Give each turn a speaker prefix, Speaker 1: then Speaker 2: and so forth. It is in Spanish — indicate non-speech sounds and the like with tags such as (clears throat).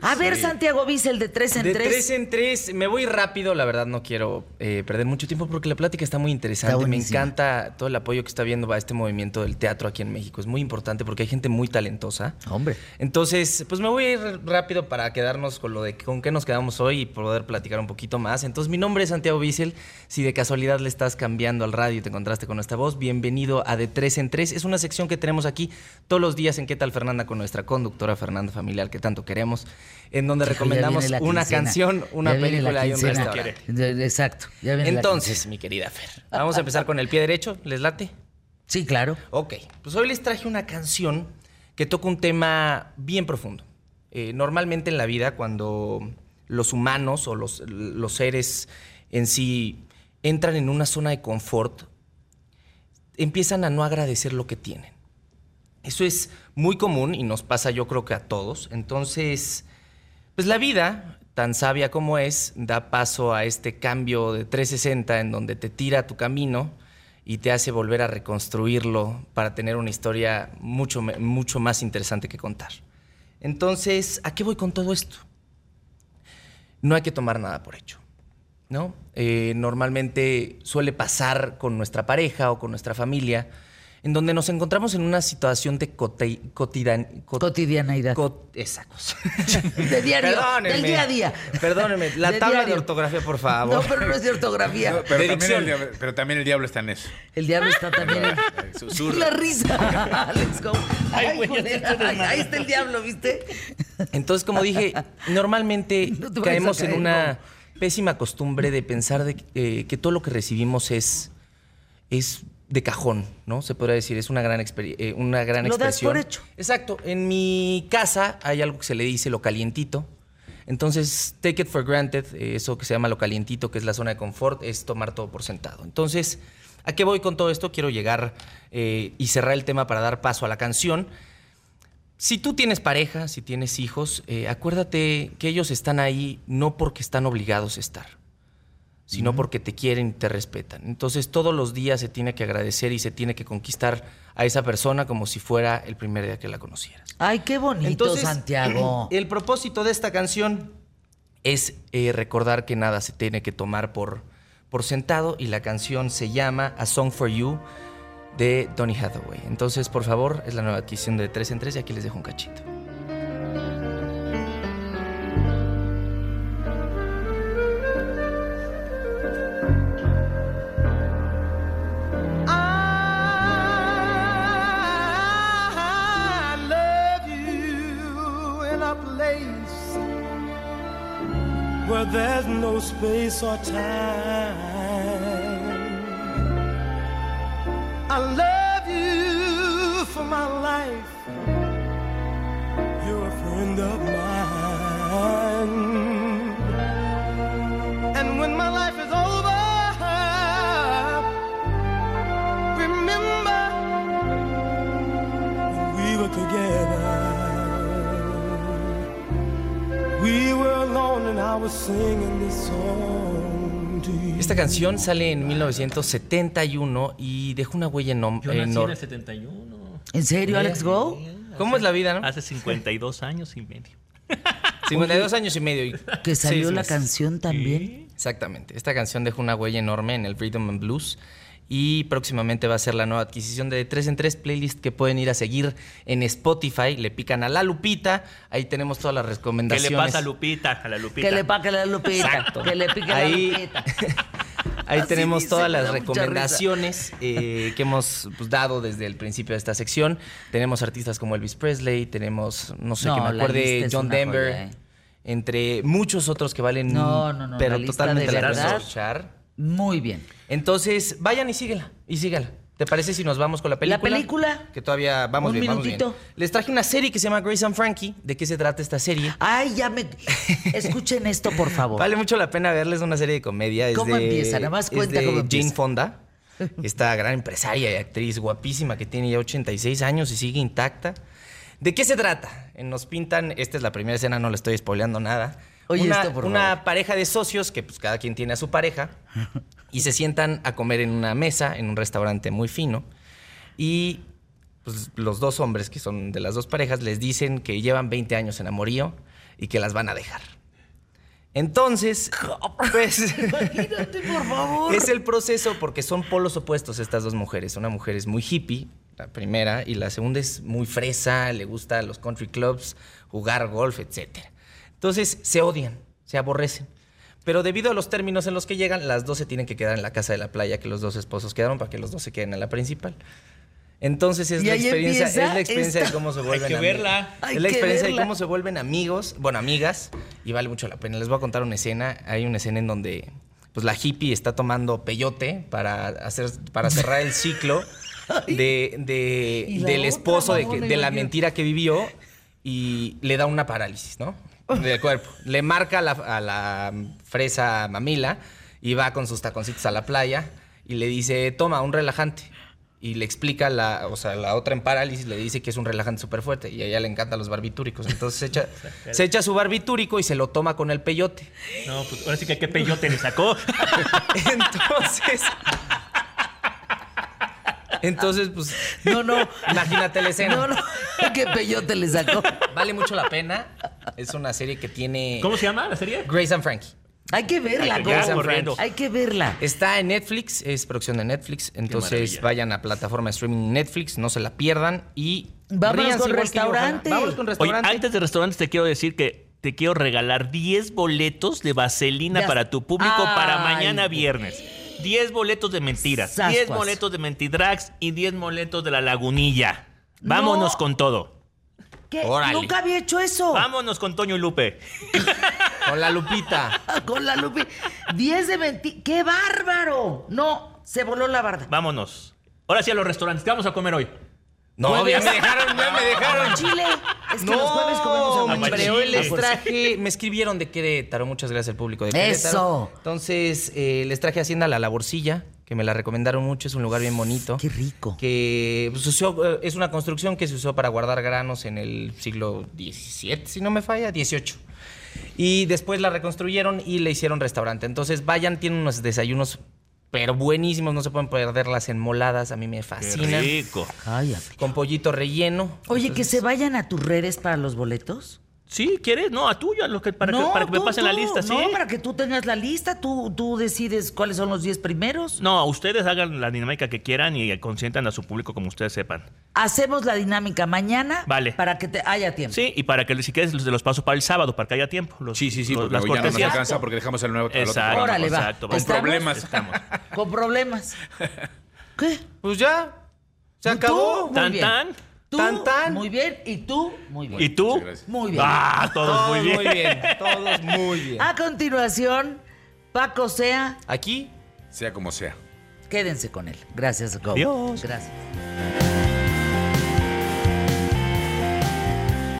Speaker 1: A ver, Santiago Bissell, de tres en
Speaker 2: De
Speaker 1: tres.
Speaker 2: tres en tres, me voy rápido, la verdad no quiero eh, perder mucho tiempo porque la plática está muy interesante.
Speaker 3: Está
Speaker 2: me
Speaker 3: buenísima.
Speaker 2: encanta todo el apoyo que está viendo a este movimiento del teatro aquí en México. Es muy importante porque hay gente muy talentosa.
Speaker 3: Hombre.
Speaker 2: Entonces, pues me voy a ir rápido para quedarnos con lo de con qué nos quedamos hoy y poder platicar un poquito más. Entonces, mi nombre es Santiago Bissell. Si de casualidad le estás cambiando al radio y te encontraste con esta voz, bienvenido a De 3 en 3. Es una sección que tenemos aquí todos los días en ¿Qué tal Fernanda? con nuestra conductora Fernanda Familiar que tanto queremos, en donde
Speaker 3: Ya
Speaker 2: recomendamos
Speaker 3: viene la
Speaker 2: una
Speaker 3: quincena.
Speaker 2: canción, una
Speaker 3: Ya viene la
Speaker 2: película y un
Speaker 3: quincena.
Speaker 2: restaurante.
Speaker 3: De- Exacto. ya viene la
Speaker 2: Entonces, mi querida Fer, vamos a empezar con el pie derecho. ¿Les late?
Speaker 3: quincena. Sí, claro.
Speaker 2: Ok, pues hoy les traje una canción que toca un tema bien profundo. Eh, normalmente en la vida, cuando los humanos o los, los seres en sí entran en una zona de confort, empiezan a no agradecer lo que tienen. Eso es muy común y nos pasa yo creo que a todos. Entonces, pues la vida, tan sabia como es, da paso a este cambio de 360 en donde te tira tu camino y te hace volver a reconstruirlo para tener una historia mucho, me- mucho más interesante que contar. Entonces, ¿a qué voy con todo esto? No hay que tomar nada por hecho. ¿no? Eh, normalmente suele pasar con nuestra pareja o con nuestra familia, en donde nos encontramos en una situación de cote- cotidian- cot-
Speaker 3: Cotidianeidad.
Speaker 2: cot- esa cosa.
Speaker 3: (laughs) de diario.
Speaker 2: Perdónenme.
Speaker 3: Del día a día.
Speaker 2: Perdónenme, la tabla
Speaker 3: diario.
Speaker 2: de ortografía, por
Speaker 3: No,
Speaker 2: favor.
Speaker 3: pero no es de ortografía.
Speaker 4: No, pero, también
Speaker 2: Dedicción.
Speaker 4: el, diablo- pero también el diablo está en eso.
Speaker 3: El diablo está también en...
Speaker 4: Susurra.
Speaker 3: La (laughs) risa. Let's go.
Speaker 2: Ay,
Speaker 3: Ay,
Speaker 2: güey,
Speaker 3: joder,
Speaker 2: ya estoy
Speaker 3: ay, ahí está el diablo, ¿viste?
Speaker 2: Entonces, como
Speaker 3: (laughs)
Speaker 2: dije, normalmente
Speaker 3: No te vayas a
Speaker 2: caemos en
Speaker 3: caer,
Speaker 2: una pésima costumbre de pensar de, eh, que todo lo que recibimos es, es de cajón, ¿no? Se podría decir, es una gran, experi- eh, una gran
Speaker 1: Lo das
Speaker 2: expresión.
Speaker 1: por hecho.
Speaker 2: Exacto. En mi casa hay algo que se le dice lo calientito. Entonces, take it for granted, eh, eso que se llama lo calientito, que es la zona de confort, es tomar todo por sentado. Entonces, ¿a qué voy con todo esto? Quiero llegar eh, y cerrar el tema para dar paso a la canción. Si tú tienes pareja, si tienes hijos, eh, acuérdate que ellos están ahí no porque están obligados a estar, sino porque te quieren y te respetan. Entonces todos los días se tiene que agradecer y se tiene que conquistar a esa persona como si fuera el primer día que la conocieras.
Speaker 3: Ay, qué bonito, Santiago.
Speaker 2: (clears throat) El propósito de esta canción es eh, recordar que nada se tiene que tomar por, por sentado y la canción se llama A Song for You de Donny Hathaway. Entonces, por favor, es la nueva adquisición de 3 en 3 y aquí les dejo un cachito.
Speaker 5: I love you in a place where there's no space or time. I love you for my life. You're a friend of mine. And when my life is over, remember when we were together. We were alone and I was singing this song to you.
Speaker 2: Esta canción sale en 1971 y dejó una huella enorme.
Speaker 6: Yo nací en el 71.
Speaker 3: ¿En serio, Alex Go?
Speaker 2: ¿Cómo es la vida, no?
Speaker 6: Ah, Hace 52 años y medio.
Speaker 2: 52 años y medio. y
Speaker 3: Que salió
Speaker 2: seis
Speaker 3: la
Speaker 2: meses.
Speaker 3: canción también.
Speaker 2: Exactamente. Esta canción dejó una huella enorme en el Rhythm and Blues y próximamente va a ser la nueva adquisición de 3 en 3 playlist que pueden ir a seguir en Spotify. Le pican a la Lupita. Ahí tenemos todas las
Speaker 6: ¿Qué
Speaker 2: recomendaciones.
Speaker 6: le pasa a Lupita? A la Lupita.
Speaker 3: Que le pague la lupita.
Speaker 2: Exacto.
Speaker 3: Que le pique
Speaker 2: Ahí-
Speaker 3: la lupita.
Speaker 2: (laughs) Ahí
Speaker 3: Así
Speaker 2: tenemos
Speaker 3: dice,
Speaker 2: todas
Speaker 3: me
Speaker 2: las
Speaker 3: da mucha
Speaker 2: recomendaciones eh, que hemos pues, dado desde el principio de esta sección. Tenemos artistas como Elvis Presley, tenemos, no sé,
Speaker 3: No,
Speaker 2: que me
Speaker 3: la lista
Speaker 2: acuerde,
Speaker 3: es
Speaker 2: John
Speaker 3: una
Speaker 2: Denver,
Speaker 3: joya, ¿eh?
Speaker 2: entre muchos otros que valen,
Speaker 3: No, no, no, la
Speaker 2: pero
Speaker 3: lista
Speaker 2: totalmente
Speaker 3: de
Speaker 2: la pena
Speaker 3: verdad.
Speaker 2: escuchar.
Speaker 3: Muy bien.
Speaker 2: Entonces, vayan y síguela, y síguela. ¿Te parece si nos vamos con la película?
Speaker 3: película?
Speaker 2: Que todavía vamos
Speaker 3: Un
Speaker 2: bien, vamos
Speaker 3: minutito.
Speaker 2: bien. Les traje una serie que se llama Grace and Frankie. ¿De qué se trata esta serie?
Speaker 3: Ay, ya
Speaker 6: (laughs)
Speaker 3: me. Escuchen esto, por favor.
Speaker 2: Vale mucho la pena verles una serie de comedia. Es
Speaker 3: ¿Cómo
Speaker 2: de-
Speaker 3: empieza? Nada más
Speaker 2: es
Speaker 3: cuenta
Speaker 2: de
Speaker 3: cómo empieza. (laughs)
Speaker 2: Jane Fonda, esta gran empresaria y actriz guapísima que tiene ya 86 años y sigue intacta. ¿De qué se trata? Eh, Nos pintan, esta es la primera escena, no le estoy spoileando nada.
Speaker 3: Oye,
Speaker 2: una,
Speaker 3: esto, por
Speaker 2: una
Speaker 3: favor.
Speaker 2: pareja de socios que pues cada quien tiene a su
Speaker 3: (laughs)
Speaker 2: pareja y se sientan a comer en una mesa en un restaurante muy fino y pues, los dos hombres que son de las dos parejas les dicen que llevan 20 años en amorío y que las van a dejar. Entonces, pues,
Speaker 3: Imagínate, por favor.
Speaker 2: es el proceso porque son polos opuestos estas dos mujeres. Una mujer es muy hippie, la primera, y la segunda es muy fresa, le gusta los country clubs, jugar golf, etc. Entonces se odian, se aborrecen. Pero debido a los términos en los que llegan, las dos se tienen que quedar en la casa de la playa que los dos esposos quedaron para que los dos se queden en la principal. Entonces es
Speaker 3: Y
Speaker 2: la
Speaker 3: ahí
Speaker 2: experiencia, es
Speaker 3: empieza
Speaker 2: la experiencia de
Speaker 3: esta-
Speaker 2: cómo se vuelven
Speaker 6: que
Speaker 2: ami-
Speaker 6: verla.
Speaker 3: Hay
Speaker 2: Es la
Speaker 3: que
Speaker 2: experiencia de
Speaker 3: verla.
Speaker 2: cómo se vuelven amigos, bueno, amigas, y vale mucho la pena. Les voy a contar una escena. Hay una escena en donde pues la hippie está tomando peyote para hacer para cerrar
Speaker 3: (laughs)
Speaker 2: el ciclo de, de-
Speaker 3: Y la
Speaker 2: del
Speaker 3: otra,
Speaker 2: esposo de, que-
Speaker 3: mamona,
Speaker 2: de la
Speaker 3: imagínate.
Speaker 2: mentira que vivió y le da una parálisis, ¿no? Del cuerpo. Le marca a la, a la fresa mamila y va con sus taconcitos a la playa y le dice, toma, un relajante. Y le explica, la, o sea, la otra en parálisis le dice que es un relajante súper fuerte y a ella le encantan los barbitúricos. Entonces se echa, se echa su barbitúrico y se lo toma con el peyote.
Speaker 3: (laughs)
Speaker 6: No, pues ahora sí que qué peyote le sacó.
Speaker 3: (laughs)
Speaker 2: Entonces. Entonces, pues.
Speaker 3: No, no.
Speaker 2: Imagínate la escena.
Speaker 3: No, no. Qué peyote le sacó.
Speaker 2: Vale mucho la pena. Es una serie que tiene.
Speaker 6: ¿Cómo se llama la serie?
Speaker 2: Grace and Frankie.
Speaker 3: Hay que verla,
Speaker 6: Hay que
Speaker 3: Gabo.
Speaker 2: verla,
Speaker 6: corriendo.
Speaker 3: Hay que verla.
Speaker 2: Está en Netflix, es producción de Netflix. Entonces
Speaker 6: maravilla.
Speaker 2: vayan a plataforma de streaming Netflix, no se la pierdan y.
Speaker 3: Vámonos
Speaker 2: ríanse
Speaker 3: con
Speaker 2: igual que yo, ojalá.
Speaker 3: restaurante.
Speaker 2: Vámonos con
Speaker 6: Oye,
Speaker 2: restaurante.
Speaker 6: antes de restaurantes te quiero decir que te quiero regalar 10 boletos de vaselina
Speaker 3: Ya-
Speaker 6: para tu público para
Speaker 3: Ay.
Speaker 6: mañana viernes. 10 boletos de mentiras,
Speaker 3: Sascuas.
Speaker 6: 10 boletos de mentidrax y 10 boletos de la lagunilla. Vámonos
Speaker 3: No.
Speaker 6: con todo.
Speaker 3: ¿Qué?
Speaker 2: Órale.
Speaker 3: Nunca había hecho eso.
Speaker 6: Vámonos con Toño y Lupe.
Speaker 2: Con la lupita.
Speaker 3: Ah, Con la Lupi. 10 de 20. ¡Qué bárbaro! No, se voló la barda.
Speaker 6: Vámonos. Ahora sí a los restaurantes. ¿Qué vamos a comer hoy?
Speaker 2: No, ya
Speaker 3: Jueves.
Speaker 2: me dejaron, ya me dejaron.
Speaker 3: Chile. Es que los jueves comemos
Speaker 2: No,
Speaker 3: aguachile.
Speaker 2: hombre,
Speaker 6: aguachile.
Speaker 2: hoy
Speaker 6: Ah,
Speaker 2: les
Speaker 6: por
Speaker 2: traje, me escribieron de Querétaro, muchas gracias al público de Querétaro.
Speaker 3: Eso.
Speaker 2: Entonces, eh, les traje Hacienda La Laborcilla, que me la recomendaron mucho, es un lugar bien bonito.
Speaker 3: Qué rico.
Speaker 2: Que se usó, eh, es una construcción que se usó para guardar granos en el siglo XVII, si no me falla, XVIII. Y después la reconstruyeron y le hicieron restaurante. Entonces, vayan, tienen unos desayunos pero buenísimos, no se pueden perder las enmoladas, a mí me fascinan.
Speaker 6: rico.
Speaker 3: Cállate.
Speaker 2: Con pollito relleno.
Speaker 3: Oye, que se vayan a tus redes para los boletos.
Speaker 6: Sí, ¿quieres? No, a tuyo, a los que, para, que, para que me
Speaker 3: tú,
Speaker 6: pasen la
Speaker 3: tú,
Speaker 6: lista, ¿sí?
Speaker 3: No, para que tú tengas la lista. Tú, tú decides cuáles son los 10 primeros.
Speaker 6: No, ustedes hagan la dinámica que quieran y consientan a su público como ustedes sepan.
Speaker 3: Hacemos la dinámica mañana.
Speaker 6: Vale.
Speaker 3: Para que te haya tiempo.
Speaker 6: Sí, y para que si quieres los de los paso para el sábado, para que haya tiempo. Los,
Speaker 4: Sí, sí, sí,
Speaker 6: los-
Speaker 4: porque
Speaker 6: las
Speaker 4: luego ya no nos
Speaker 6: cortesías.
Speaker 4: alcanza porque dejamos el nuevo. al otro
Speaker 6: Exacto.
Speaker 4: programa.
Speaker 3: Órale, va.
Speaker 6: exacto,
Speaker 4: Con
Speaker 3: ¿Estamos?
Speaker 4: problemas.
Speaker 6: Estamos.
Speaker 3: Con
Speaker 6: (laughs)
Speaker 3: problemas. ¿Qué?
Speaker 2: Pues ya, se
Speaker 3: ¿Tú?
Speaker 2: acabó.
Speaker 3: Muy
Speaker 6: Tan,
Speaker 3: bien.
Speaker 6: tan.
Speaker 3: Tú,
Speaker 2: Tan, tan.
Speaker 3: Muy bien. ¿Y tú? Muy bien.
Speaker 6: ¿Y tú?
Speaker 4: Muchas gracias.
Speaker 3: Muy bien. Ah.
Speaker 6: Ah, todos,
Speaker 2: Todos
Speaker 6: muy bien.
Speaker 2: todos muy bien.
Speaker 3: A continuación, Paco Sea,
Speaker 2: Aquí
Speaker 4: Sea como sea.
Speaker 3: quédense con él. Gracias, Gabo.
Speaker 6: Adiós.
Speaker 3: Gracias.